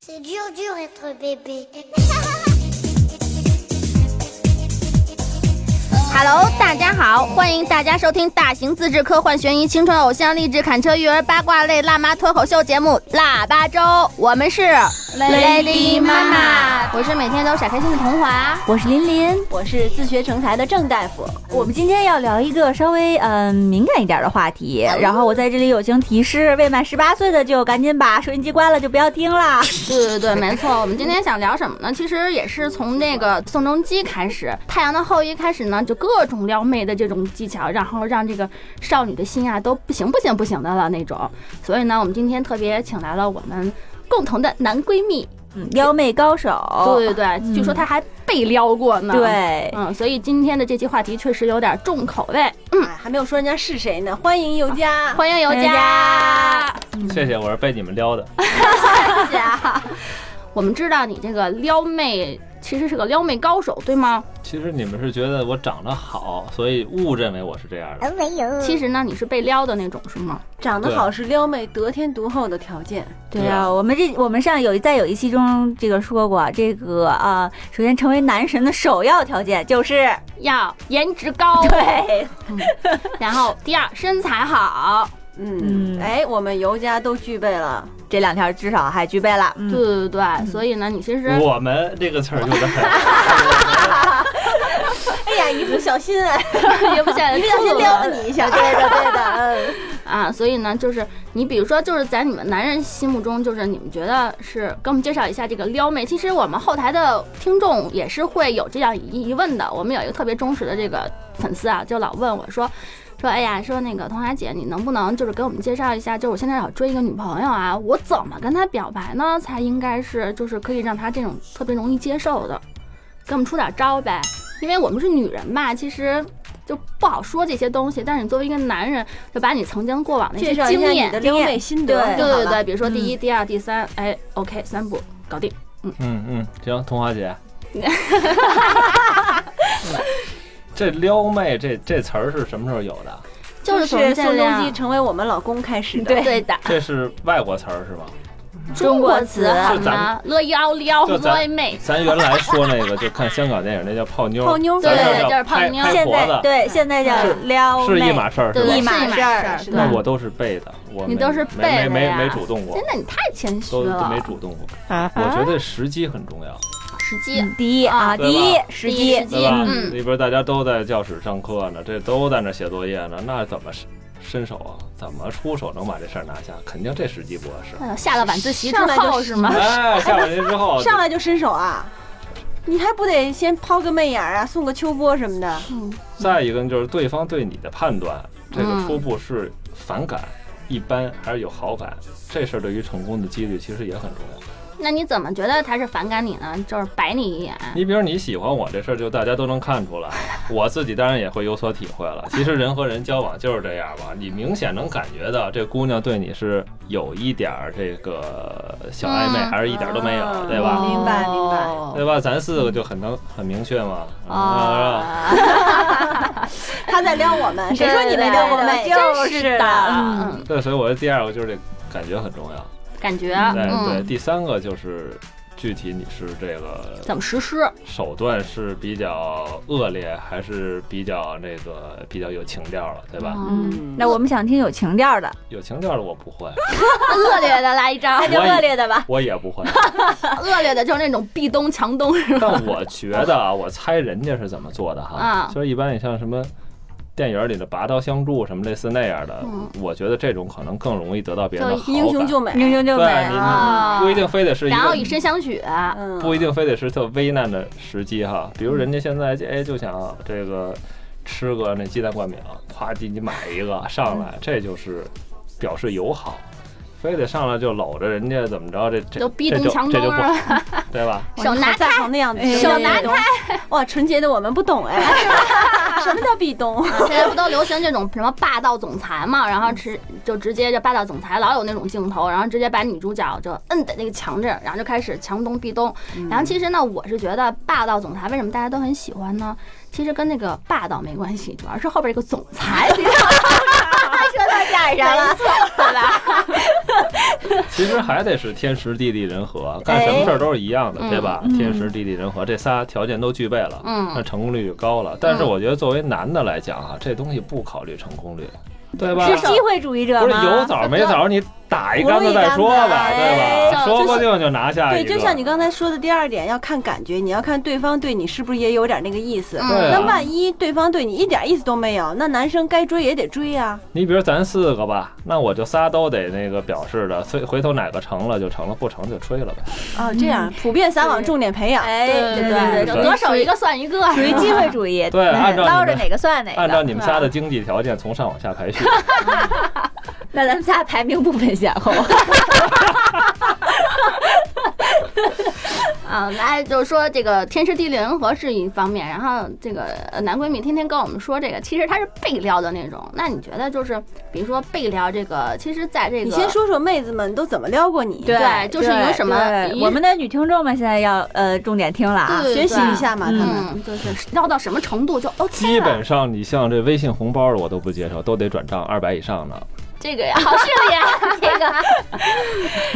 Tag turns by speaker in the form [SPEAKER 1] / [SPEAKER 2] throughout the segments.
[SPEAKER 1] C'est dur, dur être bébé.
[SPEAKER 2] Hello，大家好，欢迎大家收听大型自制科幻悬疑青春偶像励志砍车育儿八卦类辣妈脱口秀节目《腊八粥》，我们是
[SPEAKER 3] Lady Mama
[SPEAKER 2] 我是每天都傻开心的童啊华。
[SPEAKER 3] 我是林林，我是自学成才的郑大夫。我们今天要聊一个稍微嗯、呃敏感一点的话题，然后我在这里友情提示：未满十八岁的就赶紧把收音机关了，就不要听 啦。
[SPEAKER 2] 对对对，没错。我们今天想聊什么呢？其实也是从那个宋仲基开始，《太阳的后裔》开始呢，就各种撩妹的这种技巧，然后让这个少女的心啊都不行不行不行的了那种。所以呢，我们今天特别请来了我们共同的男闺蜜，
[SPEAKER 3] 嗯，撩妹高手，
[SPEAKER 2] 对对对，据说他还被撩过呢。。
[SPEAKER 3] 哦对啊
[SPEAKER 2] 嗯，所以今天的这期话题确实有点重口味。
[SPEAKER 4] 哎还没有说人家是谁呢，欢迎尤 佳。
[SPEAKER 2] 欢迎尤
[SPEAKER 3] 欢迎尤
[SPEAKER 2] 佳
[SPEAKER 3] 佳，
[SPEAKER 5] 谢谢，我是被你们撩的。
[SPEAKER 2] 尤佳。我们知道你这个撩妹其实是个撩妹高手，对吗？
[SPEAKER 5] 其实你们是觉得我长得好，所以误认为我是这样的。
[SPEAKER 2] 其实呢，你是被撩的那种，是吗？
[SPEAKER 4] 长
[SPEAKER 5] 啊
[SPEAKER 4] 得好是撩妹得天独厚的条件，
[SPEAKER 3] 对啊，我们这我们上有在有一期中这个说过，这个啊、首先成为男神的首要条件 就是
[SPEAKER 2] 要颜值高，
[SPEAKER 3] 对，
[SPEAKER 2] 然后第二身材好，
[SPEAKER 4] 嗯，
[SPEAKER 3] 嗯
[SPEAKER 4] 哎，我们尤家都具备了，
[SPEAKER 3] 这两条至少还具备了。嗯
[SPEAKER 2] 对，对对，所以呢，你其实
[SPEAKER 5] 我们这个词儿就在
[SPEAKER 4] 哎呀，一不小心 哎，
[SPEAKER 2] 也不显得
[SPEAKER 4] 不小心撩 了你一下，对的对的，嗯，
[SPEAKER 2] 啊，所以呢，就是你比如说，就是在你们男人心目中，就是你们觉得是给我们介绍一下这个撩妹。其实我们后台的听众也是会有这样疑疑问的。我们有一个特别忠实的这个粉丝啊，就老问我说。说哎呀，说那个童华姐，你能不能就是给我们介绍一下，就是我现在要追一个女朋友啊，我怎么跟她表白呢，才应该是就是可以让她这种特别容易接受的，给我们出点招呗。因为我们是女人嘛，其实就不好说这些东西。但是你作为一个男人，就把你曾经过往的一
[SPEAKER 4] 介
[SPEAKER 2] 些
[SPEAKER 4] 绍
[SPEAKER 2] 经
[SPEAKER 4] 一下你
[SPEAKER 2] 验，
[SPEAKER 4] 的撩妹心得，
[SPEAKER 3] 对
[SPEAKER 2] 对嗯对
[SPEAKER 4] 好吧
[SPEAKER 2] 对，比如说第一、第二、第三，哎，OK，三步搞定。
[SPEAKER 5] 嗯嗯，行，童华姐。这撩妹这这词儿是什么时候有的？
[SPEAKER 2] 就是从这
[SPEAKER 4] 宋仲基
[SPEAKER 2] 样，
[SPEAKER 4] 成为我们老公开始的，
[SPEAKER 3] 对
[SPEAKER 2] 对的，
[SPEAKER 5] 这是外国词儿是吧？
[SPEAKER 2] 中国词好
[SPEAKER 5] 就
[SPEAKER 2] 吗
[SPEAKER 5] 咱？
[SPEAKER 2] 乐腰撩
[SPEAKER 5] 就咱
[SPEAKER 2] 撩妹，
[SPEAKER 5] 咱原来说那个，就看香港电影，那叫泡妞儿。
[SPEAKER 4] 泡妞儿
[SPEAKER 5] 咱
[SPEAKER 2] 对
[SPEAKER 5] 这
[SPEAKER 2] 就是
[SPEAKER 5] 叫
[SPEAKER 2] 泡
[SPEAKER 5] 拍
[SPEAKER 2] 妞儿
[SPEAKER 5] 拍
[SPEAKER 3] 现
[SPEAKER 5] 婆
[SPEAKER 3] 在
[SPEAKER 5] 子，
[SPEAKER 3] 对现在叫
[SPEAKER 5] 是
[SPEAKER 3] 撩
[SPEAKER 5] 是
[SPEAKER 3] 妹
[SPEAKER 5] 一码事儿
[SPEAKER 2] 对
[SPEAKER 5] 是
[SPEAKER 2] 对，
[SPEAKER 3] 一
[SPEAKER 5] 吧？
[SPEAKER 3] 码
[SPEAKER 2] 是啊
[SPEAKER 3] 事儿
[SPEAKER 2] 事
[SPEAKER 4] 是
[SPEAKER 5] 那
[SPEAKER 2] 对。
[SPEAKER 5] 我都是背的，我
[SPEAKER 2] 你
[SPEAKER 5] 没
[SPEAKER 2] 都是背
[SPEAKER 5] 没没
[SPEAKER 2] 的
[SPEAKER 5] 没
[SPEAKER 2] 呀
[SPEAKER 5] 没主动过
[SPEAKER 2] 真，的，你太谦虚
[SPEAKER 5] 都都
[SPEAKER 2] 了啊
[SPEAKER 5] 没。主动过。我觉得时机很重要。
[SPEAKER 2] 时机，
[SPEAKER 3] 第一啊，
[SPEAKER 2] 啊
[SPEAKER 3] 第一时
[SPEAKER 2] 第一时
[SPEAKER 3] 机，
[SPEAKER 2] 机
[SPEAKER 5] 对吧？
[SPEAKER 2] 嗯
[SPEAKER 5] 里边大家都在教室上课呢，这都在那写作业呢，那怎么伸伸手啊？怎么出手能把这事儿拿下？肯定这时机不合 适。
[SPEAKER 2] 呃下了晚自习之
[SPEAKER 4] 上来就
[SPEAKER 2] 后是吗？
[SPEAKER 5] 哎，下半年之 后，
[SPEAKER 4] 上来就伸手啊，你还不得先抛个媚眼儿啊，送个秋波什么的，
[SPEAKER 5] 再一个呢就是对方对你的判断，这个
[SPEAKER 2] 嗯
[SPEAKER 5] 初步是反感、一般还是有好感，这事儿对于成功的几率其实也很重要。
[SPEAKER 2] 那你怎么觉得他是反感你呢？就是白你一眼，
[SPEAKER 5] 你比如你喜欢我这事儿，就大家都能看出来，我自己当然也会有所体会了。其实人和人交往就是这样吧，你明显能感觉到这姑娘对你是有一点儿这个小暧昧，
[SPEAKER 2] 嗯
[SPEAKER 5] 还是一点儿都没有，
[SPEAKER 4] 啊
[SPEAKER 5] 对吧？
[SPEAKER 4] 明白明白
[SPEAKER 2] 哦
[SPEAKER 5] 对吧？咱四个就很能很明确嘛，啊，
[SPEAKER 2] 啊，
[SPEAKER 4] 他在撩我们，谁说你没撩
[SPEAKER 3] 撩
[SPEAKER 4] 我们？
[SPEAKER 3] 就是的，
[SPEAKER 2] 嗯，
[SPEAKER 5] 对，所以我的第二个就是这感觉很重要。
[SPEAKER 2] 感觉，
[SPEAKER 5] 对对，
[SPEAKER 2] 嗯，
[SPEAKER 5] 第三个就是具体你是这个
[SPEAKER 2] 怎么实施？
[SPEAKER 5] 手段是比较恶劣，还是比较那个比较有情调了，对吧？
[SPEAKER 2] 嗯，
[SPEAKER 4] 嗯，
[SPEAKER 3] 那我们想听有情调 的，
[SPEAKER 5] 有情调的我不会，
[SPEAKER 2] 恶劣的来一招，
[SPEAKER 3] 哎那就恶劣的吧。
[SPEAKER 5] 我 也不会。
[SPEAKER 2] 恶劣的就是那种壁咚强咚是吧？
[SPEAKER 5] 但我觉得啊，我猜人家是怎么做的哈
[SPEAKER 2] 啊，
[SPEAKER 5] 就是一般你像什么电影里的拔刀相助什么类似那样的
[SPEAKER 2] 嗯，
[SPEAKER 5] 我觉得这种可能更容易得到别人的
[SPEAKER 2] 就
[SPEAKER 5] 好
[SPEAKER 4] 英雄
[SPEAKER 5] 感。
[SPEAKER 4] 救美，
[SPEAKER 3] 英雄救美
[SPEAKER 5] 对你
[SPEAKER 3] 啊，
[SPEAKER 2] 啊
[SPEAKER 5] 不一定非得是一
[SPEAKER 2] 然后以
[SPEAKER 5] 个，
[SPEAKER 2] 身相许，
[SPEAKER 4] 嗯，
[SPEAKER 5] 不一定非得是特危难的时机哈。比如人家现在哎就想这个吃个那鸡蛋灌饼，啪叽你买一个上
[SPEAKER 2] 嗯
[SPEAKER 5] 来，这就是表示友好。非得上来就搂着人家怎么着？这这
[SPEAKER 2] 就逼
[SPEAKER 5] 这
[SPEAKER 2] 咚
[SPEAKER 5] 就
[SPEAKER 2] 强
[SPEAKER 5] 这就
[SPEAKER 2] 咚
[SPEAKER 5] 不
[SPEAKER 2] 啊
[SPEAKER 5] 好，对吧？
[SPEAKER 2] 手拿
[SPEAKER 4] 在行的样子，
[SPEAKER 3] 哎
[SPEAKER 2] 手拿
[SPEAKER 4] 开，哇，纯洁的我们不懂 哎，什么叫壁咚？
[SPEAKER 2] 现在不都流行这种什么霸道总裁嘛？然后
[SPEAKER 3] 嗯
[SPEAKER 2] 直就直接就霸道总裁老有那种镜头，然后直接把女主角就摁在那个墙这儿，然后就开始强咚壁咚。
[SPEAKER 3] 嗯
[SPEAKER 2] 然后其实呢，我是觉得霸道总裁为什么大家都很喜欢呢？其实跟那个霸道没关系，主要是后边这个 总裁，你知道吗
[SPEAKER 3] 说到点儿上了，
[SPEAKER 2] 对吧？
[SPEAKER 5] 其实还得是天时地利人和，干什么事儿都是一样的，对吧？天时地利人和这仨条件都具备了，
[SPEAKER 2] 嗯
[SPEAKER 5] 那成功率就高了。但是我觉得作为男的来讲啊，这东西不考虑成功率，对吧？
[SPEAKER 3] 是机会主义者
[SPEAKER 5] 不是
[SPEAKER 3] 吗？
[SPEAKER 5] 有枣没枣，你打一竿子再说
[SPEAKER 4] 葫芦
[SPEAKER 5] 吧，
[SPEAKER 4] 一
[SPEAKER 5] 对
[SPEAKER 4] 竿
[SPEAKER 5] 吧？
[SPEAKER 2] 哎
[SPEAKER 5] 说不定就拿下
[SPEAKER 4] 对，
[SPEAKER 5] 一个。
[SPEAKER 4] 就像你刚才说的第二点，要看感觉，你要看对方对你是不是也有点那个意思。
[SPEAKER 5] 对
[SPEAKER 4] 那
[SPEAKER 5] 啊，
[SPEAKER 4] 万一对方对你一点意思都没有，那男生该追也得追啊。
[SPEAKER 5] 你比如咱四个吧，那我就仨都得那个表示的，所以回头哪个成了就成了，不成就吹了呗。
[SPEAKER 4] 哦，这样普遍撒网重点培养。
[SPEAKER 3] 哎，对
[SPEAKER 2] 对
[SPEAKER 3] 对
[SPEAKER 2] 就
[SPEAKER 5] 对
[SPEAKER 2] 得手一个算一个，
[SPEAKER 3] 属于机会主义，
[SPEAKER 5] 对按照你们
[SPEAKER 3] 捞着哪个算哪个。
[SPEAKER 5] 按照你们仨的经济条件，从上往下排序。
[SPEAKER 3] 那咱们仨排名不分先 后。
[SPEAKER 2] 啊，那就是说这个天时地利人和是一方面，然后这个呃男闺蜜天天跟我们说这个，其实他是被撩的那种。那你觉得就是，比如说被撩这个，其实在这个
[SPEAKER 4] 你先说说妹子们都怎么撩过你？
[SPEAKER 2] 对就是有什么
[SPEAKER 3] 对
[SPEAKER 2] 一
[SPEAKER 3] 我们的女听众们现在要呃重点听了啊。
[SPEAKER 2] 对
[SPEAKER 4] 学习一下嘛，他们。
[SPEAKER 2] 嗯，就是撩到什么程度就 OK 了。
[SPEAKER 5] 基本上你像这微信红包的我都不接受，都得转账二百以上的。
[SPEAKER 2] 这个呀，好势力呀，这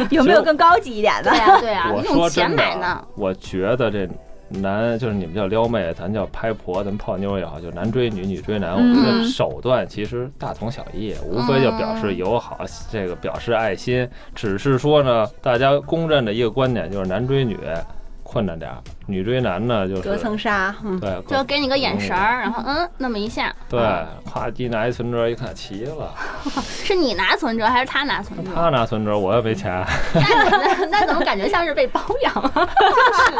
[SPEAKER 2] 个
[SPEAKER 3] 有没有更高级一点的
[SPEAKER 2] 对？呀对呀，
[SPEAKER 5] 我
[SPEAKER 2] 你用
[SPEAKER 5] 说
[SPEAKER 2] 钱
[SPEAKER 5] 真的
[SPEAKER 2] 买
[SPEAKER 5] 啊
[SPEAKER 2] 呢。，
[SPEAKER 5] 我觉得这男就是你们叫撩妹，咱叫拍婆，咱们泡妞也好，就男追女，女追男。我觉
[SPEAKER 2] 嗯
[SPEAKER 5] 得手段其实大同小异，无非就表示友好，这个表示爱心。只是说呢，大家公认的一个观点就是男追女困难点儿，女追男呢就是
[SPEAKER 4] 隔层纱，嗯，
[SPEAKER 5] 对，
[SPEAKER 2] 就给你个眼神儿，啊然后嗯，那么一下，
[SPEAKER 5] 对，夸叽拿一存折一看齐了，
[SPEAKER 2] 是你拿存折还是他拿存折？
[SPEAKER 5] 他拿存折，我又没钱。
[SPEAKER 2] 那你那怎么感觉像是被包养啊？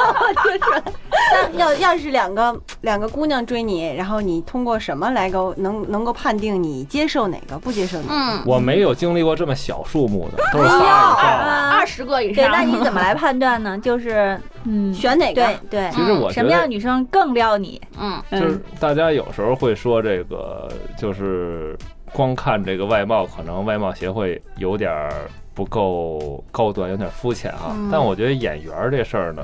[SPEAKER 4] 那要要是两个两个姑娘追你，然后你通过什么来够能能够判定你接受哪个不接受哪个？
[SPEAKER 2] 嗯，
[SPEAKER 5] 我没有经历过这么小数目的，
[SPEAKER 3] 嗯
[SPEAKER 5] 都是 仨
[SPEAKER 3] 哎
[SPEAKER 5] 以上。
[SPEAKER 2] 嗯二十个以
[SPEAKER 3] 哦啊对，
[SPEAKER 2] 上。
[SPEAKER 3] 那你怎么来判断呢？就是嗯，
[SPEAKER 4] 选哪个
[SPEAKER 3] 对？对，
[SPEAKER 5] 其实我
[SPEAKER 3] 什
[SPEAKER 5] 觉
[SPEAKER 3] 么样的
[SPEAKER 5] 得，
[SPEAKER 3] 女生更撩你？
[SPEAKER 2] 嗯，
[SPEAKER 5] 就是大家有时候会说这个，就是光看这个外貌，可能外貌协会有点儿不够高端，有点儿肤浅啊。
[SPEAKER 3] 嗯
[SPEAKER 5] 但我觉得眼缘儿这事儿呢，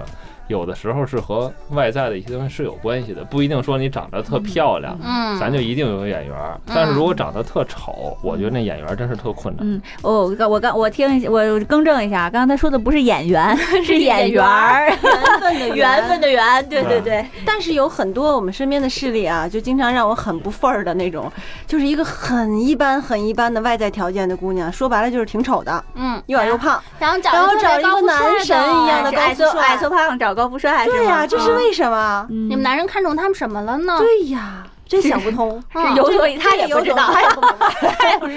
[SPEAKER 5] 有的时候是和外在的一些东西是有关系的，不一定说你长得特漂亮，
[SPEAKER 2] 嗯
[SPEAKER 5] 咱就一定有眼缘儿。但是如果长得特丑，我觉得那眼缘儿真是特困难。
[SPEAKER 3] 嗯嗯，我我我刚我听一下，我更正一下，刚才说的不是演员， 是演员儿，
[SPEAKER 4] 缘分的
[SPEAKER 3] 缘分的缘。对对对，
[SPEAKER 4] 但是有很多我们身边的事例啊，就经常让我很不忿儿的那种，就是一个很一般、很一般的外在条件的姑娘，说白了就是挺丑的，
[SPEAKER 2] 嗯，
[SPEAKER 4] 又矮又胖。
[SPEAKER 2] 然后找
[SPEAKER 4] 然后
[SPEAKER 2] 特别
[SPEAKER 4] 找一
[SPEAKER 2] 高
[SPEAKER 4] 个
[SPEAKER 2] 富
[SPEAKER 4] 男
[SPEAKER 2] 帅的
[SPEAKER 4] 神一样的
[SPEAKER 3] 矮
[SPEAKER 4] 高
[SPEAKER 3] 瘦
[SPEAKER 4] 富帅
[SPEAKER 3] 矮瘦胖找高富帅是吗？
[SPEAKER 4] 对哎呀、这是为什么？
[SPEAKER 3] 嗯
[SPEAKER 2] 你们男人看中他们什么了呢？
[SPEAKER 4] 对呀，真想不通。
[SPEAKER 2] 嗯
[SPEAKER 3] 有所以他
[SPEAKER 4] 嗯
[SPEAKER 3] 也
[SPEAKER 4] 这个
[SPEAKER 3] 不
[SPEAKER 4] 有
[SPEAKER 3] 知
[SPEAKER 4] 种
[SPEAKER 3] 道，
[SPEAKER 4] 他也不明白。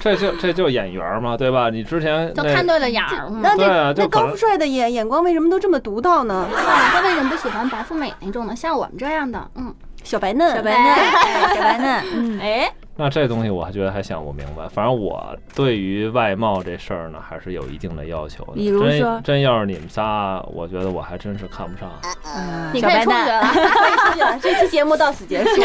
[SPEAKER 5] 这就这就是眼缘儿嘛，对吧？你之前
[SPEAKER 2] 就
[SPEAKER 5] 那
[SPEAKER 2] 看对了眼儿。嗯
[SPEAKER 4] 那
[SPEAKER 5] 对啊
[SPEAKER 4] 这
[SPEAKER 5] 就
[SPEAKER 4] 那
[SPEAKER 5] 可能
[SPEAKER 4] 高富帅的眼眼光为什么都这么独到呢？
[SPEAKER 2] 他为什么不喜欢白富美那种呢？像我们这样的，嗯，
[SPEAKER 4] 小白嫩，
[SPEAKER 3] 小白嫩，哎小白嫩， 嗯，
[SPEAKER 2] 哎，
[SPEAKER 5] 那这东西我还觉得还想不明白。反正我对于外貌这事儿呢，还是有一定的要求的。
[SPEAKER 3] 比如说
[SPEAKER 5] 真真要是你们仨，我觉得我还真是看不上。
[SPEAKER 2] 你
[SPEAKER 3] 小
[SPEAKER 2] 可以
[SPEAKER 3] 白
[SPEAKER 2] 出去
[SPEAKER 3] 嫩，
[SPEAKER 2] 了。
[SPEAKER 4] 是啊这期节目到此结 束。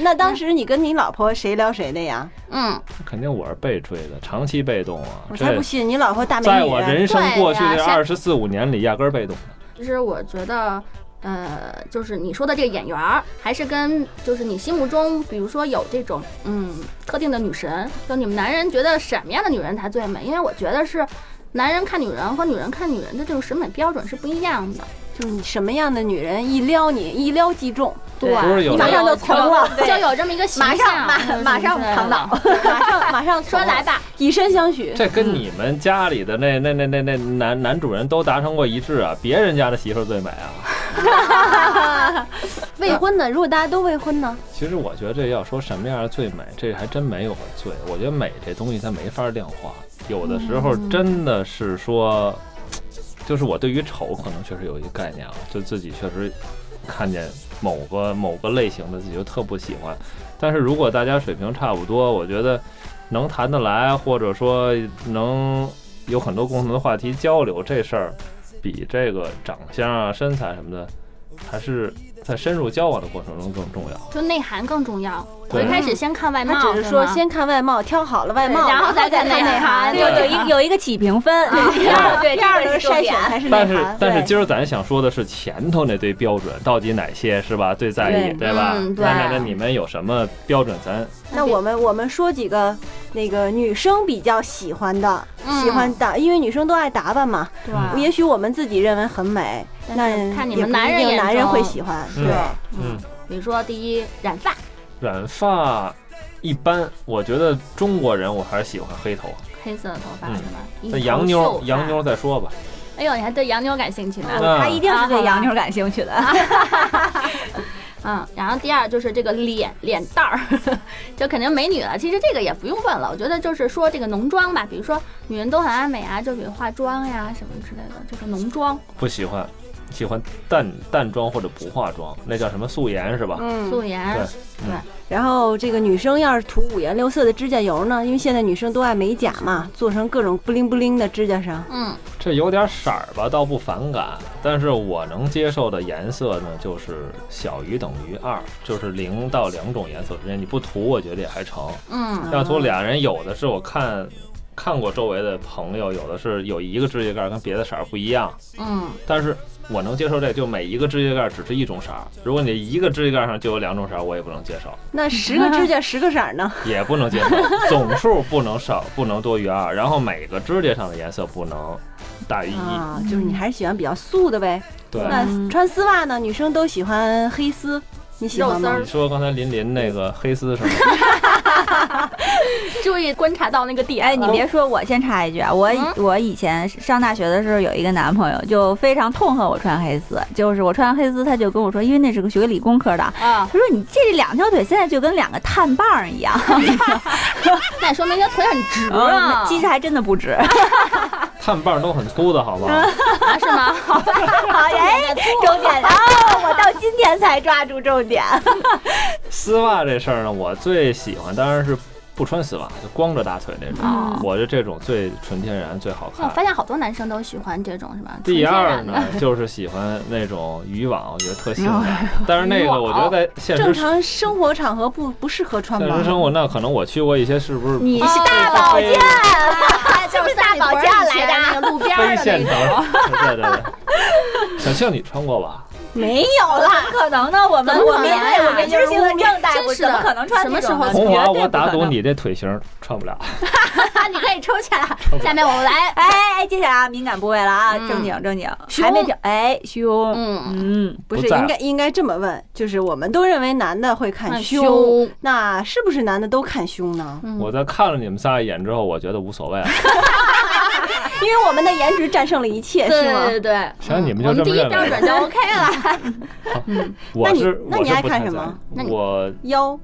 [SPEAKER 4] 那当时你跟你老婆谁撩谁的呀？
[SPEAKER 2] 嗯，
[SPEAKER 5] 肯定我是被追的，长期被动啊。
[SPEAKER 4] 我才
[SPEAKER 5] 这
[SPEAKER 4] 不信你老婆大美
[SPEAKER 5] 在
[SPEAKER 4] 女。啊
[SPEAKER 5] 我人生过去
[SPEAKER 2] 对
[SPEAKER 5] 这
[SPEAKER 2] 呀
[SPEAKER 5] 二十四五年里，压根儿被动
[SPEAKER 4] 嗯
[SPEAKER 5] 的。
[SPEAKER 2] 其实我觉得。呃，就是你说的这个演员儿，还是跟就是你心目中，比如说有这种嗯特定的女神，就你们男人觉得什么样的女人才最美？因为我觉得是男人看女人和女人看女人的这种审美标准是不一样的。
[SPEAKER 4] 就是你什么样的女人一撩你，一撩即中，
[SPEAKER 2] 对
[SPEAKER 5] 不是有
[SPEAKER 4] 马上就从了，
[SPEAKER 2] 就有这么一个形
[SPEAKER 3] 马上
[SPEAKER 2] 象，嗯
[SPEAKER 3] 马马上躺 倒。
[SPEAKER 4] 马上马上
[SPEAKER 2] 说来
[SPEAKER 4] 吧，
[SPEAKER 2] 吧，
[SPEAKER 4] 以身相许。
[SPEAKER 5] 这跟你们家里的那那那那那男男主人都达成过一致啊，别人家的媳妇儿最美啊。
[SPEAKER 4] 未婚的，如果大家都未婚呢？
[SPEAKER 5] 其实我觉得这要说什么样的最美，这还真没有最。我觉得美这东西它没法量化，有的时候真的是说，就是我对于丑可能确实有一个概念啊，就自己确实看见某个某个类型的自己就特不喜欢。但是如果大家水平差不多，我觉得能谈得来，或者说能有很多共同的话题交流，这事儿比这个长相啊、身材什么的，还是在深入交往的过程中更重要。
[SPEAKER 2] 就内涵更重要。我
[SPEAKER 5] 对
[SPEAKER 2] 一开始先看外貌，
[SPEAKER 4] 嗯他只是说
[SPEAKER 2] 对吗
[SPEAKER 4] 先看外貌，挑好了外貌，
[SPEAKER 2] 对然后再
[SPEAKER 4] 再
[SPEAKER 2] 看
[SPEAKER 4] 看
[SPEAKER 2] 内
[SPEAKER 4] 内
[SPEAKER 2] 涵
[SPEAKER 4] 涵。
[SPEAKER 3] 有有一有一个起评分，
[SPEAKER 4] 啊
[SPEAKER 3] 第二对
[SPEAKER 4] 第二
[SPEAKER 3] 这
[SPEAKER 4] 轮
[SPEAKER 3] 个是重
[SPEAKER 4] 筛
[SPEAKER 3] 点
[SPEAKER 4] 选才是内
[SPEAKER 5] 但是
[SPEAKER 4] 涵。
[SPEAKER 5] 但是
[SPEAKER 3] 对
[SPEAKER 5] 今儿咱想说的是前头那堆标准到底哪些是吧？最在意
[SPEAKER 3] 对
[SPEAKER 5] 对吧？
[SPEAKER 2] 嗯对
[SPEAKER 5] 那那那你们有什么标准？咱
[SPEAKER 4] 那我们我们说几个那个女生比较喜欢的，
[SPEAKER 2] 嗯
[SPEAKER 4] 喜欢打，因为女生都爱打扮嘛。
[SPEAKER 2] 对
[SPEAKER 5] 吧
[SPEAKER 4] 也许我们自己认为很美，
[SPEAKER 2] 但
[SPEAKER 4] 那
[SPEAKER 2] 是看你们
[SPEAKER 4] 也不一
[SPEAKER 2] 男人
[SPEAKER 4] 定
[SPEAKER 2] 眼
[SPEAKER 4] 男人
[SPEAKER 2] 中
[SPEAKER 4] 会喜欢。
[SPEAKER 5] 嗯
[SPEAKER 4] 对，
[SPEAKER 5] 嗯，
[SPEAKER 2] 比如说，第一染发，
[SPEAKER 5] 染发一般，我觉得中国人我还是喜欢黑头。
[SPEAKER 2] 黑色的头发
[SPEAKER 5] 嗯
[SPEAKER 2] 是吧？一
[SPEAKER 5] 那
[SPEAKER 2] 头
[SPEAKER 5] 洋
[SPEAKER 2] 秀
[SPEAKER 5] 妞，
[SPEAKER 2] 发
[SPEAKER 5] 洋妞，再说吧。
[SPEAKER 2] 哎呦，你还对洋妞感兴趣呢？
[SPEAKER 5] 嗯
[SPEAKER 3] 他一
[SPEAKER 4] 啊
[SPEAKER 3] 定是对洋妞感兴趣的。
[SPEAKER 2] 嗯，然后第二就是这个脸脸蛋儿，就肯定美女了。其实这个也不用问了，我觉得就是说这个浓妆吧，比如说女人都很爱美啊，就比如化妆呀什么之类的，就是浓妆、
[SPEAKER 5] 不喜欢，喜欢淡淡妆或者不化妆，那叫什么素颜是吧？
[SPEAKER 4] 嗯。
[SPEAKER 2] 素颜
[SPEAKER 5] 对。
[SPEAKER 4] 然后这个女生要是涂五颜六色的指甲油呢，因为现在女生都爱美甲嘛，做成各种不灵不灵的指甲上。
[SPEAKER 2] 嗯，
[SPEAKER 5] 这有点色儿吧，倒不反感，但是我能接受的颜色呢，就是小于等于二，就是零到两种颜色之间，你不涂我觉得也还成。
[SPEAKER 2] 嗯，
[SPEAKER 5] 要
[SPEAKER 4] 啊
[SPEAKER 5] 涂俩人，有的是我看看过周围的朋友，有的是有一个指甲盖儿跟别的色儿不一样，
[SPEAKER 2] 嗯，
[SPEAKER 5] 但是我能接受这，就每一个指甲盖儿只是一种色儿。如果你一个指甲盖上就有两种色儿，我也不能接受，
[SPEAKER 4] 那十个指甲十个色儿呢？
[SPEAKER 5] 也不能接 受，总数不能少，不能多于二，然后每个指甲上的颜色不能大于一。
[SPEAKER 4] 啊，就是你还是喜欢比较素的呗。
[SPEAKER 5] 嗯对，
[SPEAKER 4] 那穿丝袜呢？女生都喜欢黑丝，你喜欢
[SPEAKER 2] 肉丝
[SPEAKER 4] 吗
[SPEAKER 2] 儿？
[SPEAKER 5] 你说刚才林林那个黑 丝是吗？
[SPEAKER 2] 注意观察到那个点了。
[SPEAKER 3] 哎，你别说，我先插一句啊，我以
[SPEAKER 2] 嗯
[SPEAKER 3] 我以前上大学的时候有一个男朋友，就非常痛恨我穿黑丝，就是我穿黑丝，他就跟我说，因为那是个学理工科的。
[SPEAKER 2] 啊
[SPEAKER 3] 他，说：“你这两条腿现在就跟两个碳棒儿 一样，
[SPEAKER 2] 哎 那你说明这腿很直啊，
[SPEAKER 3] 其实还真的 不止。哎
[SPEAKER 5] 碳棒都很粗的，好 吗？
[SPEAKER 2] 啊是吗？ 好吧，
[SPEAKER 3] 哎，重点啊、我到今天才抓住重点。
[SPEAKER 5] 丝袜这事儿呢，我最喜欢当然是不穿丝袜，就光着大腿那
[SPEAKER 2] 哦
[SPEAKER 5] 种。我觉得这种最纯天然、最好
[SPEAKER 2] 我
[SPEAKER 5] 看
[SPEAKER 2] 发。现好多男生都喜欢这种是吧？
[SPEAKER 5] 第二
[SPEAKER 2] 纯天然
[SPEAKER 5] 呢
[SPEAKER 2] 的，
[SPEAKER 5] 就是喜欢那种渔网，我觉得特性感。但是那个我觉得在现
[SPEAKER 4] 正
[SPEAKER 5] 实生
[SPEAKER 4] 常生活场合不不适合穿
[SPEAKER 5] 现实
[SPEAKER 4] 吧？
[SPEAKER 5] 生活，那可能我去过一些是不是
[SPEAKER 3] 你是大 保健，就是大保健来的。
[SPEAKER 2] 那个路边
[SPEAKER 5] 非
[SPEAKER 2] 儿的
[SPEAKER 5] 现
[SPEAKER 2] 那
[SPEAKER 5] 成
[SPEAKER 2] 种。？
[SPEAKER 5] 对对对。小庆，你穿过吧？
[SPEAKER 4] 没有。
[SPEAKER 3] 有了，不可能呢？我们
[SPEAKER 2] 怎么
[SPEAKER 3] 我
[SPEAKER 2] 可
[SPEAKER 3] 们
[SPEAKER 2] 能啊
[SPEAKER 3] 对我们知性的郑大夫
[SPEAKER 2] 真是
[SPEAKER 3] 怎
[SPEAKER 2] 的
[SPEAKER 3] 么可能穿这种
[SPEAKER 2] 什么
[SPEAKER 3] 呢
[SPEAKER 2] 时候
[SPEAKER 5] 红
[SPEAKER 3] 绝对
[SPEAKER 5] 华，
[SPEAKER 3] 不可
[SPEAKER 5] 我
[SPEAKER 3] 能
[SPEAKER 5] 打赌你这腿型穿不了。
[SPEAKER 2] 啊，你可以抽起来。下面我们来，
[SPEAKER 3] 哎哎，接下来啊，敏感部位了啊，
[SPEAKER 2] 嗯
[SPEAKER 3] 正经正经，
[SPEAKER 2] 胸
[SPEAKER 3] 还没听哎，胸，
[SPEAKER 2] 嗯，
[SPEAKER 3] 嗯，
[SPEAKER 4] 不
[SPEAKER 5] 不
[SPEAKER 4] 是，
[SPEAKER 5] 在
[SPEAKER 4] 应该应该这么问，就是我们都认为男的会看
[SPEAKER 2] 看
[SPEAKER 4] 胸，
[SPEAKER 2] 胸
[SPEAKER 4] 那是不是男的都看胸呢？
[SPEAKER 2] 嗯
[SPEAKER 5] 我在看了你们仨一眼之后，我觉得无所谓了。
[SPEAKER 4] 因为我们的颜值战胜了一切，是吗？
[SPEAKER 2] 对对对，
[SPEAKER 5] 行你们就
[SPEAKER 2] 我们
[SPEAKER 5] 这
[SPEAKER 2] 第
[SPEAKER 5] 么
[SPEAKER 2] 一
[SPEAKER 5] 认为
[SPEAKER 2] 标准就 OK 了。
[SPEAKER 5] 我是
[SPEAKER 4] 那你那
[SPEAKER 5] 我是
[SPEAKER 4] 你爱
[SPEAKER 5] 不
[SPEAKER 4] 看
[SPEAKER 5] 太
[SPEAKER 4] 什
[SPEAKER 5] 在
[SPEAKER 4] 么
[SPEAKER 2] 那你
[SPEAKER 5] 我
[SPEAKER 4] 腰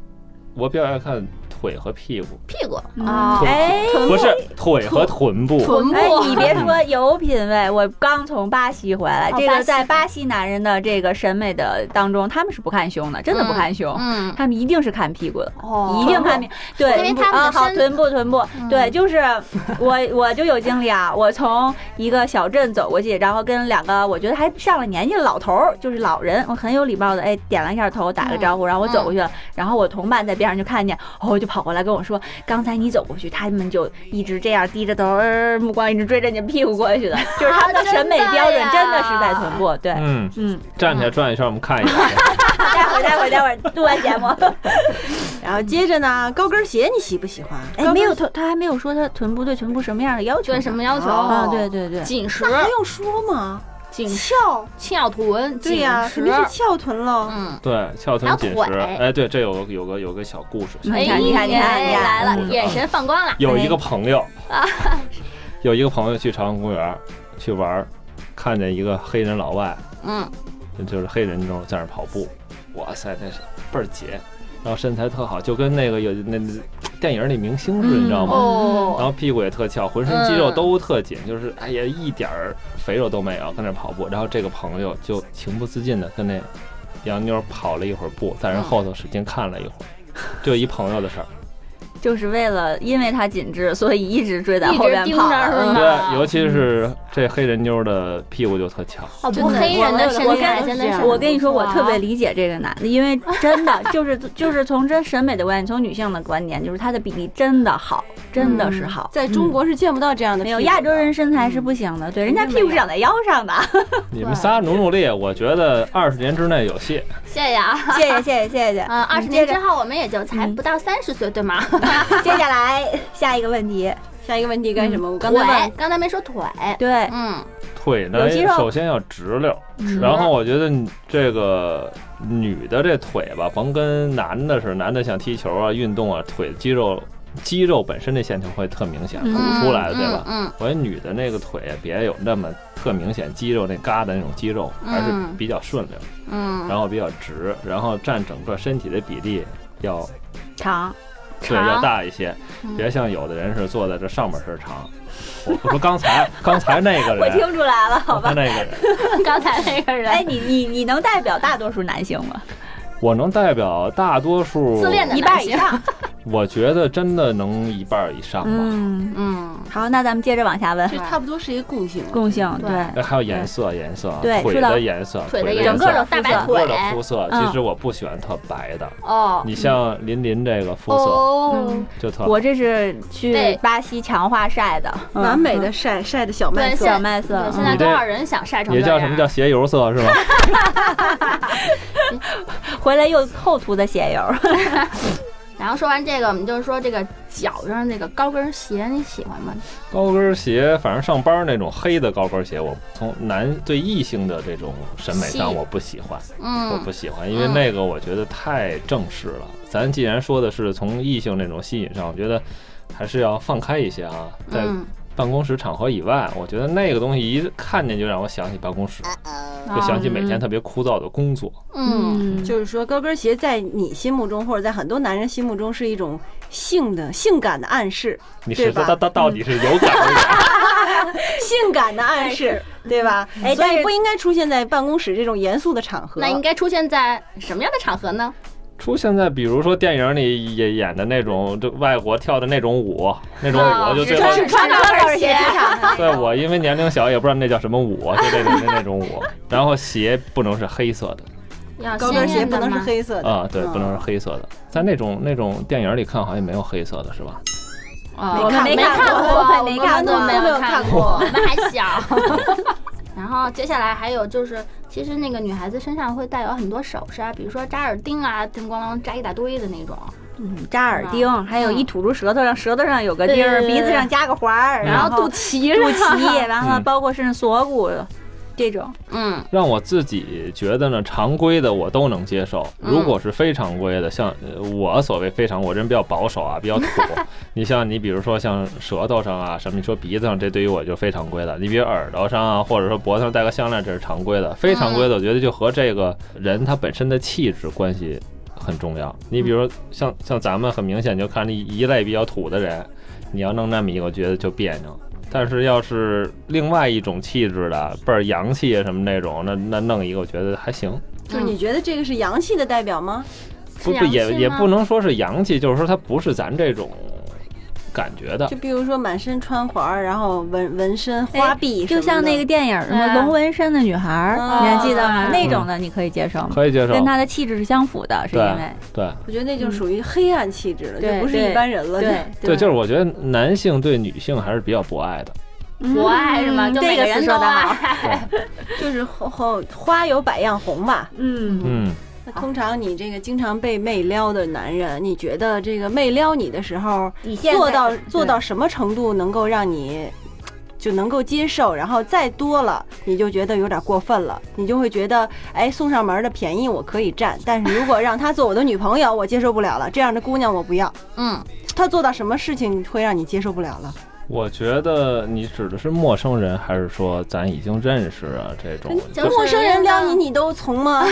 [SPEAKER 5] 我比较爱看腿和屁股，
[SPEAKER 2] 屁股
[SPEAKER 3] 嗯
[SPEAKER 2] 啊，
[SPEAKER 3] 哎。
[SPEAKER 5] 不是腿和臀部。
[SPEAKER 2] 臀部
[SPEAKER 3] 哎，你别说有品位，我刚从巴西回来。
[SPEAKER 2] 哦
[SPEAKER 3] 这
[SPEAKER 2] 巴
[SPEAKER 3] 个
[SPEAKER 2] 西
[SPEAKER 3] 在巴西男人的这个审美的当中，他们是不看胸的，真的不看胸，
[SPEAKER 2] 嗯，
[SPEAKER 3] 他们一定是看屁股的。
[SPEAKER 4] 哦
[SPEAKER 3] 一定看面，对，
[SPEAKER 2] 因为他们的
[SPEAKER 3] 啊，好
[SPEAKER 2] 身
[SPEAKER 3] 臀部臀部，
[SPEAKER 2] 嗯
[SPEAKER 3] 对，就是我我就有经历啊，我从一个小镇走过去，然后跟两个我觉得还上了年纪的老头儿，就是老人，我很有礼貌的哎点了一下头，打个招呼，然后我走过去了，然后我同伴在边上就看见，哦，就跑过来跟我说，刚才你走过去，他们就一直这样低着头，呃目光一直追着你屁股过 去的，就是他们的审美标准
[SPEAKER 2] 啊真
[SPEAKER 3] 真
[SPEAKER 2] 的
[SPEAKER 3] 的
[SPEAKER 2] 呀
[SPEAKER 3] 是在臀部，对，
[SPEAKER 5] 嗯，
[SPEAKER 3] 嗯，
[SPEAKER 5] 站起来转一圈，我们看一眼。
[SPEAKER 3] 待会儿待会儿待会儿录完节目，
[SPEAKER 4] 然后接着呢，高跟鞋你喜不喜欢？
[SPEAKER 3] 哎，没 有臀，他还没有说他臀部对臀部什么样的要求呢，
[SPEAKER 2] 对什么要求？
[SPEAKER 4] 哦
[SPEAKER 3] 啊，对对对，
[SPEAKER 2] 紧实、
[SPEAKER 4] 还用说吗？
[SPEAKER 2] 紧实、
[SPEAKER 4] 翘，
[SPEAKER 2] 翘臀、
[SPEAKER 4] 对
[SPEAKER 2] 紧
[SPEAKER 4] 呀、肯
[SPEAKER 2] 实
[SPEAKER 4] 定。是翘臀了。
[SPEAKER 2] 嗯，
[SPEAKER 5] 对，翘
[SPEAKER 2] 还有
[SPEAKER 5] 臀紧
[SPEAKER 2] 腿
[SPEAKER 5] 实。哎，对，这有个有个有个小故事。
[SPEAKER 3] 哎你看你看你看
[SPEAKER 2] 哎
[SPEAKER 3] 你看
[SPEAKER 2] 来了，
[SPEAKER 5] 嗯
[SPEAKER 2] 眼神放光了。
[SPEAKER 5] 有一个朋友， 有一个朋友去朝阳公园去玩儿，看见一个黑人老外，
[SPEAKER 2] 嗯，
[SPEAKER 5] 就是黑人那种在那儿跑步，哇塞，那是倍儿解，然后身材特好，就跟那个有那那电影里明星似的，你知道吗？然
[SPEAKER 2] 哦，
[SPEAKER 5] 后屁股也特翘，浑身肌肉
[SPEAKER 3] 嗯
[SPEAKER 5] 都特紧，就是哎呀一点儿肥肉都没有，跟那跑步。然后这个朋友就情不自禁的跟那
[SPEAKER 3] 嗯
[SPEAKER 5] 洋妞跑了一会儿步，在人后头使劲看了一会儿，这就一朋友的事儿。
[SPEAKER 3] 就是为了因为他紧致，所以一直追在
[SPEAKER 2] 一直
[SPEAKER 3] 后边
[SPEAKER 2] 盯
[SPEAKER 3] 跑。
[SPEAKER 2] 着是
[SPEAKER 3] 嗯
[SPEAKER 2] 吗
[SPEAKER 5] 对，尤其是这黑人妞的屁股就特翘，
[SPEAKER 2] 哦，
[SPEAKER 3] 真
[SPEAKER 2] 不，
[SPEAKER 3] 的
[SPEAKER 2] 黑人的身
[SPEAKER 3] 我
[SPEAKER 2] 材
[SPEAKER 3] 跟
[SPEAKER 2] 真的是，啊
[SPEAKER 3] 我跟你说，我特别理解这个男的，因为真的就是就是从这审美的观点，从女性的观点，就是他的比例真的好，真的是好。
[SPEAKER 4] 在中国是见不到这样的
[SPEAKER 3] 没
[SPEAKER 4] 屁股
[SPEAKER 3] 有
[SPEAKER 4] 的，
[SPEAKER 3] 亚洲人身材是不行的，对，人家
[SPEAKER 4] 肯
[SPEAKER 3] 屁
[SPEAKER 4] 定
[SPEAKER 3] 股是长在腰上的。
[SPEAKER 5] 你们仨努努力，我觉得二十年之内有戏。
[SPEAKER 2] 谢谢啊。
[SPEAKER 3] 谢谢谢谢谢谢。
[SPEAKER 2] 嗯，二十
[SPEAKER 3] 嗯
[SPEAKER 2] 年
[SPEAKER 3] 接
[SPEAKER 2] 之
[SPEAKER 3] 着
[SPEAKER 2] 后我们也就才
[SPEAKER 3] 嗯
[SPEAKER 2] 不到三十岁，对 吗？
[SPEAKER 3] 接下来下一个问题，
[SPEAKER 4] 下一个问题干什嗯么？我哎刚
[SPEAKER 2] 腿
[SPEAKER 4] 才问，
[SPEAKER 2] 刚才没说腿，
[SPEAKER 3] 对，
[SPEAKER 2] 嗯，
[SPEAKER 5] 腿呢
[SPEAKER 3] 有肌，肉
[SPEAKER 5] 首先要直溜，
[SPEAKER 3] 嗯
[SPEAKER 5] 然后我觉得你这个女的这腿吧，甭跟男的似的，男的像踢球啊、运动啊，腿肌肉肌肉本身这线条会特明显
[SPEAKER 3] 嗯
[SPEAKER 5] 鼓出来的，对吧？
[SPEAKER 2] 嗯，
[SPEAKER 5] 我觉得女的那个腿别有那么特明显肌肉那疙瘩那种肌肉，还是
[SPEAKER 2] 嗯
[SPEAKER 5] 比较顺溜，
[SPEAKER 2] 嗯嗯，
[SPEAKER 5] 然后比较直，然后占整个身体的比例要
[SPEAKER 3] 长
[SPEAKER 5] 对
[SPEAKER 2] 长嗯
[SPEAKER 5] 要大一些，别像有的人是坐在这上半身长。我我说刚才刚才那 个
[SPEAKER 3] 我
[SPEAKER 5] 人，
[SPEAKER 3] 听出来了，好
[SPEAKER 5] 刚
[SPEAKER 3] 吧？
[SPEAKER 5] 才那个人，
[SPEAKER 2] 刚才那个
[SPEAKER 3] 哎，
[SPEAKER 2] 人，
[SPEAKER 3] 你你你能代表大多数男性吗？
[SPEAKER 5] 我能代表大多数
[SPEAKER 2] 自恋的
[SPEAKER 3] 一半以上。
[SPEAKER 5] 我觉得真的能一半儿以上吧。
[SPEAKER 3] 嗯，
[SPEAKER 2] 嗯，
[SPEAKER 3] 好，那咱们接着往下问
[SPEAKER 4] 这，差不多是一个共性。
[SPEAKER 3] 共性
[SPEAKER 2] 对
[SPEAKER 3] 对。
[SPEAKER 5] 那还有颜色，颜色啊，
[SPEAKER 3] 对
[SPEAKER 5] 腿
[SPEAKER 3] 说到
[SPEAKER 5] 的颜色，
[SPEAKER 2] 嗯腿的
[SPEAKER 5] 的
[SPEAKER 2] 颜色
[SPEAKER 5] 颜
[SPEAKER 3] 整个的
[SPEAKER 2] 大
[SPEAKER 3] 肤色
[SPEAKER 2] 白
[SPEAKER 5] 整
[SPEAKER 2] 腿
[SPEAKER 5] 个的肤色。
[SPEAKER 3] 嗯
[SPEAKER 5] 其实我不喜欢特白的，
[SPEAKER 2] 哦
[SPEAKER 5] 你像林林这个肤色
[SPEAKER 2] 哦
[SPEAKER 3] 嗯，
[SPEAKER 5] 就特
[SPEAKER 3] 我这是
[SPEAKER 2] 对
[SPEAKER 3] 去巴西强化晒的，嗯
[SPEAKER 4] 完美的晒晒的小麦
[SPEAKER 2] 对，
[SPEAKER 4] 色
[SPEAKER 2] 现
[SPEAKER 3] 小麦色
[SPEAKER 2] 对现
[SPEAKER 5] 嗯
[SPEAKER 2] 在
[SPEAKER 5] 你这
[SPEAKER 2] 多少人想晒成
[SPEAKER 5] 也
[SPEAKER 2] 这
[SPEAKER 5] 叫
[SPEAKER 2] 样
[SPEAKER 5] 什么叫鞋油 色是吧？
[SPEAKER 3] 回来又厚涂的鞋油。
[SPEAKER 2] 然后说完这个，我们就是说这个脚上那个高跟鞋，你喜欢吗？
[SPEAKER 5] 高跟鞋，反正上班儿那种黑的高跟鞋，我从男对异性的这种审美上
[SPEAKER 2] 细
[SPEAKER 5] 我不喜欢，我
[SPEAKER 2] 嗯
[SPEAKER 5] 不喜欢，因为那个我觉得太正式了。咱既然说的是从异性那种吸引上，我觉得还是要放开一些啊，在
[SPEAKER 2] 嗯，
[SPEAKER 5] 办公室场合以外，我觉得那个东西一看见就让我想起办公室，就想起每天特别枯燥的工作。
[SPEAKER 2] 嗯，
[SPEAKER 4] 就是说，高跟鞋在你心目中，或者在很多男人心目中，是一种性的、性感的暗示，
[SPEAKER 5] 你
[SPEAKER 4] 啊对
[SPEAKER 5] 是
[SPEAKER 4] 吧
[SPEAKER 5] 到到到底是有 感无感？
[SPEAKER 4] 性感的暗 示，对吧？
[SPEAKER 3] 哎
[SPEAKER 4] 嗯所
[SPEAKER 3] 但
[SPEAKER 4] 以
[SPEAKER 3] 是
[SPEAKER 4] 不应该出现在办公室这种严肃的场合。
[SPEAKER 2] 那应该出现在什么样的场合呢？
[SPEAKER 5] 出现在比如说电影里也演的那种，就外国跳的那种舞，那种
[SPEAKER 2] 啊
[SPEAKER 5] 舞就
[SPEAKER 2] 只
[SPEAKER 5] 最
[SPEAKER 2] 穿
[SPEAKER 5] 后
[SPEAKER 2] 是穿高跟 鞋
[SPEAKER 3] 只穿高跟
[SPEAKER 5] 对我因为年龄小也不知道那叫什么舞，就那种那种舞。然后鞋不能是黑色的
[SPEAKER 2] 要
[SPEAKER 4] 高跟
[SPEAKER 2] 鲜
[SPEAKER 4] 鞋
[SPEAKER 2] 艳
[SPEAKER 4] 不
[SPEAKER 2] 的
[SPEAKER 4] 能是
[SPEAKER 2] 吗？
[SPEAKER 4] 黑色的嗯
[SPEAKER 5] 啊，对，不能是。黑色的。在那种那种电影里看好像也没有黑色的是吧？
[SPEAKER 2] 哦
[SPEAKER 3] 我们没
[SPEAKER 2] 没
[SPEAKER 3] 看
[SPEAKER 2] 看
[SPEAKER 3] 过
[SPEAKER 2] 我
[SPEAKER 3] 没
[SPEAKER 2] 们
[SPEAKER 3] 看
[SPEAKER 2] 都
[SPEAKER 3] 过
[SPEAKER 2] 没
[SPEAKER 4] 都没
[SPEAKER 2] 有
[SPEAKER 4] 有看
[SPEAKER 2] 看
[SPEAKER 4] 过
[SPEAKER 2] 我们还小。 然后接下来还有就是，其实那个女孩子身上会带有很多首饰啊，比如说扎耳钉啊，叮咣啷扎一大堆的那种。
[SPEAKER 3] 嗯扎耳钉，还有一吐出舌头上，舌头上有个钉儿，
[SPEAKER 2] 对
[SPEAKER 3] 鼻子上加个环儿，
[SPEAKER 5] 嗯
[SPEAKER 3] 然后
[SPEAKER 2] 肚
[SPEAKER 3] 肚
[SPEAKER 2] 脐，
[SPEAKER 3] 肚 脐，然后
[SPEAKER 5] 嗯
[SPEAKER 3] 包括甚至锁骨这种。
[SPEAKER 2] 嗯，
[SPEAKER 5] 让我自己觉得呢，常规的我都能接受。
[SPEAKER 2] 嗯
[SPEAKER 5] 如果是非常规的，像呃我所谓非常，我这人比较保守啊，比较土。你像你比如说像舌头上啊，什么你说鼻子上，这对于我就非常规的。你比如耳朵上啊，或者说脖子上戴个项链，这是常规的。非常规
[SPEAKER 2] 嗯
[SPEAKER 5] 的，我觉得就和这个人他本身的气质关系很重要。你比如像像咱们很明显就看一一类比较土的人，你要弄那么一个，我觉得就别扭。但是要是另外一种气质的，倍儿洋气啊什么那种，那那弄一个，我觉得还行。
[SPEAKER 4] 就是你觉得这个是洋气的代表吗？
[SPEAKER 5] 不
[SPEAKER 2] 是
[SPEAKER 5] 不
[SPEAKER 2] 洋
[SPEAKER 5] 也
[SPEAKER 2] 气
[SPEAKER 5] 也
[SPEAKER 2] 吗
[SPEAKER 5] 不能说是洋气，就是说它不是咱这种感觉的
[SPEAKER 4] 就。比如说满身穿环儿，然后纹纹身、花臂什
[SPEAKER 3] 哎
[SPEAKER 4] 么的，
[SPEAKER 3] 就像那个电影什么
[SPEAKER 2] 嗯
[SPEAKER 3] 《龙纹身的女孩儿》，
[SPEAKER 4] 嗯
[SPEAKER 3] 你还记得吗？
[SPEAKER 2] 嗯
[SPEAKER 3] 那种的你可以接受吗？
[SPEAKER 5] 可以接受
[SPEAKER 3] 跟，她的气质是相符的，是因为
[SPEAKER 5] 对
[SPEAKER 4] 我觉得那就属于黑暗气质了，
[SPEAKER 3] 嗯对
[SPEAKER 4] 就不是一般人了。
[SPEAKER 3] 对
[SPEAKER 5] 对，就是我觉得男性对女性还是比较博爱的。
[SPEAKER 2] 我爱是吗？
[SPEAKER 3] 嗯
[SPEAKER 2] 就
[SPEAKER 3] 这
[SPEAKER 2] 每
[SPEAKER 3] 个
[SPEAKER 2] 个
[SPEAKER 3] 词
[SPEAKER 2] 人
[SPEAKER 3] 说
[SPEAKER 2] 都
[SPEAKER 3] 得好
[SPEAKER 2] 爱。
[SPEAKER 4] 就是后后花有百样红吧。
[SPEAKER 3] 嗯，
[SPEAKER 5] 嗯，
[SPEAKER 4] 那通常你这个经常被媚撩的男人，你觉得这个媚撩你的时候，
[SPEAKER 3] 你现在嗯
[SPEAKER 4] 做到做到什么程度能够让你就能够接受？然后再多了，你就觉得有点过分了，你就会觉得，哎，送上门的便宜我可以占，但是如果让她做我的女朋友，我接受不了了，这样的姑娘我不要。
[SPEAKER 2] 嗯，
[SPEAKER 4] 她做到什么事情会让你接受不了了？
[SPEAKER 5] 我觉得你指的是陌生人，还是说咱已经认识啊这种？
[SPEAKER 2] 就是
[SPEAKER 4] 陌生人撩你，你都从 吗？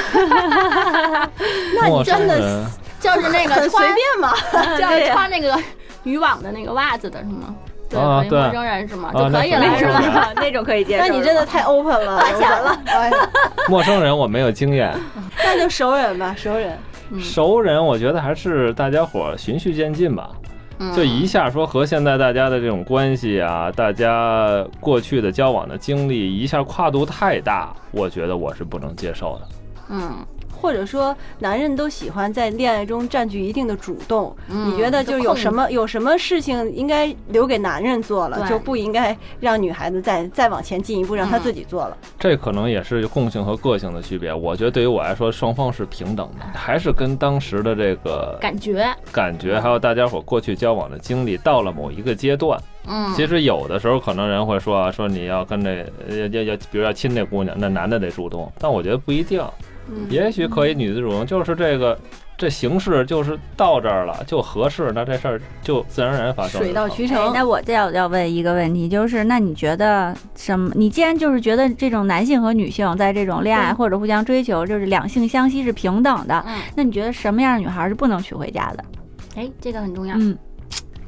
[SPEAKER 4] 那你
[SPEAKER 5] 陌生
[SPEAKER 4] 真的
[SPEAKER 5] 人，
[SPEAKER 2] 就是那个
[SPEAKER 4] 很随
[SPEAKER 2] 穿，
[SPEAKER 4] 便 吗？
[SPEAKER 2] 就是穿那个渔网的那个袜子的是吗？对，
[SPEAKER 5] 啊
[SPEAKER 2] 可以陌
[SPEAKER 5] 对
[SPEAKER 2] 生人是吗？
[SPEAKER 5] 啊
[SPEAKER 2] 就可以
[SPEAKER 5] 那
[SPEAKER 2] 了是
[SPEAKER 5] 可以
[SPEAKER 2] 吗？
[SPEAKER 5] 啊
[SPEAKER 3] 那种可以接受
[SPEAKER 4] 那
[SPEAKER 3] 是吧。
[SPEAKER 4] 你真的太 open 了， 花钱了，哎呀
[SPEAKER 5] 陌生人我没有经验，
[SPEAKER 4] 那就熟人吧，熟人。
[SPEAKER 2] 嗯
[SPEAKER 5] 熟人我觉得还是大家伙儿循序渐进吧。
[SPEAKER 2] 嗯
[SPEAKER 5] 就一下说和现在大家的这种关系啊，大家过去的交往的经历一下跨度太大，我觉得我是不能接受的。
[SPEAKER 2] 嗯，
[SPEAKER 4] 或者说男人都喜欢在恋爱中占据一定的主动。
[SPEAKER 2] 嗯
[SPEAKER 4] 你觉得
[SPEAKER 2] 就
[SPEAKER 4] 就是有
[SPEAKER 2] 控制
[SPEAKER 4] 什么有什么事情应该留给男人做了，
[SPEAKER 2] 对
[SPEAKER 4] 就不应该让女孩子再再往前进一步，让她
[SPEAKER 2] 嗯
[SPEAKER 4] 自己做了。
[SPEAKER 5] 这可能也是共性和个性的区别。我觉得对于我来说，双方是平等的，还是跟当时的这个
[SPEAKER 2] 感觉，
[SPEAKER 5] 感觉，还有大家伙过去交往的经历，到了某一个阶段，
[SPEAKER 2] 嗯，
[SPEAKER 5] 其实有的时候可能人会说啊，说你要跟这呃要要要，比如要亲这姑娘，那男的得主动，但我觉得不一定，
[SPEAKER 4] 嗯，
[SPEAKER 5] 也许可以女的主动，就是这个这形式就是到这儿了就合适，那这事儿就自然而然发生了。
[SPEAKER 4] 水到渠
[SPEAKER 3] 哎，
[SPEAKER 4] 成。
[SPEAKER 3] 那我再要要问一个问题，就是那你觉得什么？你既然就是觉得这种男性和女性在这种恋爱或者互相追求，就是两性相吸是平等的，
[SPEAKER 2] 嗯
[SPEAKER 3] 那你觉得什么样的女孩是不能娶回家的？
[SPEAKER 2] 哎，这个很重要。
[SPEAKER 3] 嗯，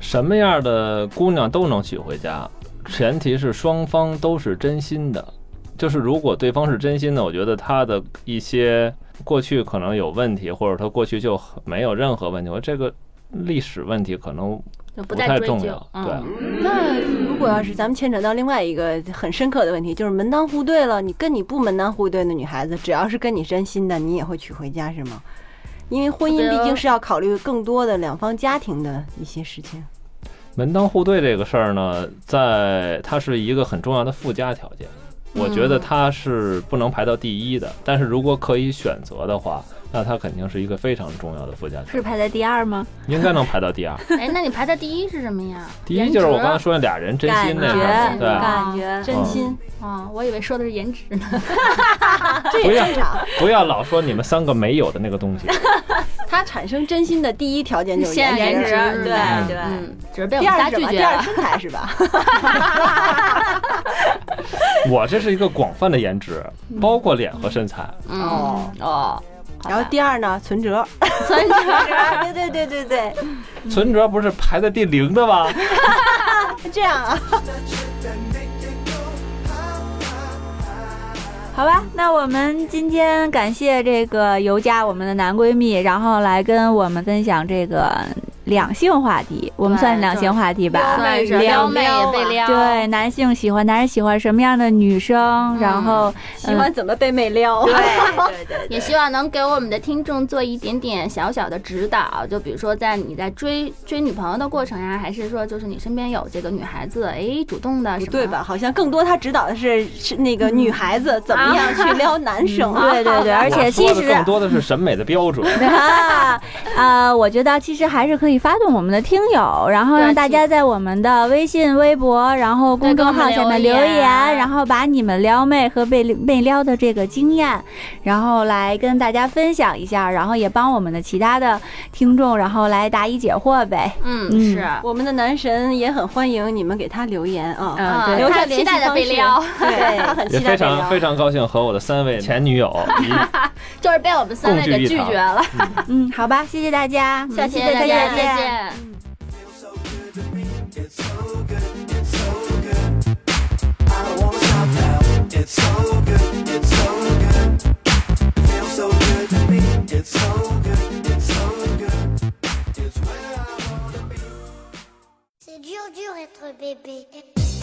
[SPEAKER 5] 什么样的姑娘都能娶回家，前提是双方都是真心的。就是如果对方是真心的，我觉得他的一些过去可能有问题，或者他过去就没有任何问题，我这个历史问题可能
[SPEAKER 2] 就不
[SPEAKER 5] 不
[SPEAKER 2] 再
[SPEAKER 5] 太
[SPEAKER 2] 追
[SPEAKER 5] 重
[SPEAKER 2] 究
[SPEAKER 5] 要。
[SPEAKER 2] 嗯
[SPEAKER 5] 对，
[SPEAKER 4] 那如果要是咱们牵扯到另外一个很深刻的问题，就是门当户对了，你跟你不门当户对的女孩子，只要是跟你真心的，你也会娶回家是吗？因为婚姻
[SPEAKER 2] 对哦
[SPEAKER 4] 毕竟是要考虑更多的两方家庭的一些事情。
[SPEAKER 5] 门当户对这个事儿呢，在它是一个很重要的附加条件，我觉得它是不能排到第一的。但是如果可以选择的话，那它肯定是一个非常重要的附加条件，
[SPEAKER 3] 是排在第二吗？
[SPEAKER 5] 应该能排到第二。
[SPEAKER 2] 哎，那你排在第一是什么呀？
[SPEAKER 5] 第一就是我刚才
[SPEAKER 2] 颜值
[SPEAKER 5] 说那俩人真
[SPEAKER 3] 感
[SPEAKER 5] 心
[SPEAKER 3] 觉，
[SPEAKER 5] 那事儿嘛，
[SPEAKER 3] 感
[SPEAKER 2] 哦
[SPEAKER 3] 觉，嗯
[SPEAKER 4] 真心，
[SPEAKER 2] 啊，我以为说的是颜值呢。
[SPEAKER 4] 这
[SPEAKER 5] 不
[SPEAKER 4] 也
[SPEAKER 5] 要
[SPEAKER 4] 正常。
[SPEAKER 5] 对，不要老说你们三个没有的那个东 西。
[SPEAKER 4] 它产生真心的第一条件就是
[SPEAKER 2] 现在
[SPEAKER 4] 颜
[SPEAKER 2] 颜值
[SPEAKER 4] 值，对
[SPEAKER 2] 嗯
[SPEAKER 4] 对。
[SPEAKER 2] 嗯，只是被我
[SPEAKER 4] 第
[SPEAKER 2] 们仨
[SPEAKER 4] 二是
[SPEAKER 2] 拒
[SPEAKER 4] 什么？
[SPEAKER 2] 绝
[SPEAKER 4] 第二
[SPEAKER 2] 了。
[SPEAKER 4] 身材 是吧？
[SPEAKER 5] 我这是一个广泛的颜值，
[SPEAKER 3] 嗯
[SPEAKER 5] 包括脸和身材。
[SPEAKER 2] 嗯哦，好
[SPEAKER 4] 然后
[SPEAKER 2] 吧
[SPEAKER 4] 第二呢，存折。
[SPEAKER 2] 存折
[SPEAKER 4] 对 对对对对，
[SPEAKER 3] 嗯
[SPEAKER 5] 存折不是排在第零的吗？
[SPEAKER 4] 这样啊。
[SPEAKER 3] 好吧，那我们今天感谢这个尤佳，我们的男闺蜜，然后来跟我们分享这个两性话题，我们算是两性话题吧。
[SPEAKER 2] 算是撩
[SPEAKER 3] 撩
[SPEAKER 2] 妹也被撩，
[SPEAKER 3] 对，男性喜欢男人喜欢什么样的女生，然后嗯
[SPEAKER 4] 喜欢怎么被妹撩？
[SPEAKER 2] 嗯
[SPEAKER 3] 对对对，
[SPEAKER 2] 也希望能给我们的听众做一点点小小的指导，就比如说在你在追追女朋友的过程呀，还是说就是你身边有这个女孩子，哎，主动的
[SPEAKER 4] 不
[SPEAKER 2] 什么，
[SPEAKER 4] 对？吧？好像更多他指导的是是那个女孩子怎么
[SPEAKER 2] 啊
[SPEAKER 4] 样去撩男生。
[SPEAKER 2] 嗯
[SPEAKER 3] 对对对，而且
[SPEAKER 5] 我
[SPEAKER 3] 其
[SPEAKER 5] 说的
[SPEAKER 3] 实
[SPEAKER 5] 更多的是审美的标准。
[SPEAKER 3] 啊，呃，我觉得其实还是可以发动我们的听友，然后
[SPEAKER 2] 对
[SPEAKER 3] 让
[SPEAKER 2] 请
[SPEAKER 3] 大家在我们的微信、微博，然后公众号
[SPEAKER 2] 对给
[SPEAKER 3] 下
[SPEAKER 2] 我们
[SPEAKER 3] 面
[SPEAKER 2] 留
[SPEAKER 3] 留
[SPEAKER 2] 言
[SPEAKER 3] 言，然后把你们撩妹和被被撩的这个经验，然后来跟大家分享一下，然后也帮我们的其他的听众，然后来答疑解惑呗。
[SPEAKER 2] 嗯，
[SPEAKER 3] 嗯
[SPEAKER 2] 是，
[SPEAKER 4] 我们的男神也很欢迎你们给他留言啊，
[SPEAKER 3] 嗯，
[SPEAKER 2] 嗯
[SPEAKER 3] 对
[SPEAKER 4] 留下
[SPEAKER 2] 他期
[SPEAKER 4] 联系
[SPEAKER 2] 待的
[SPEAKER 4] 方
[SPEAKER 2] 被
[SPEAKER 4] 式
[SPEAKER 2] 撩，
[SPEAKER 4] 对，他很
[SPEAKER 5] 也
[SPEAKER 4] 期待被
[SPEAKER 5] 非常
[SPEAKER 4] 撩
[SPEAKER 5] 非。常高兴和我的三位前 女友一
[SPEAKER 2] 就是被我们三位
[SPEAKER 5] 共聚
[SPEAKER 2] 给
[SPEAKER 5] 一
[SPEAKER 2] 拒
[SPEAKER 5] 堂
[SPEAKER 2] 绝了。
[SPEAKER 3] 嗯，好吧，谢谢大家，
[SPEAKER 2] 下期再见，再见。
[SPEAKER 6] It's so good, it's so good. Feels so good to me. It's so good, it's so good. It's where I wanna be.
[SPEAKER 1] C'est dur, dur être bébé.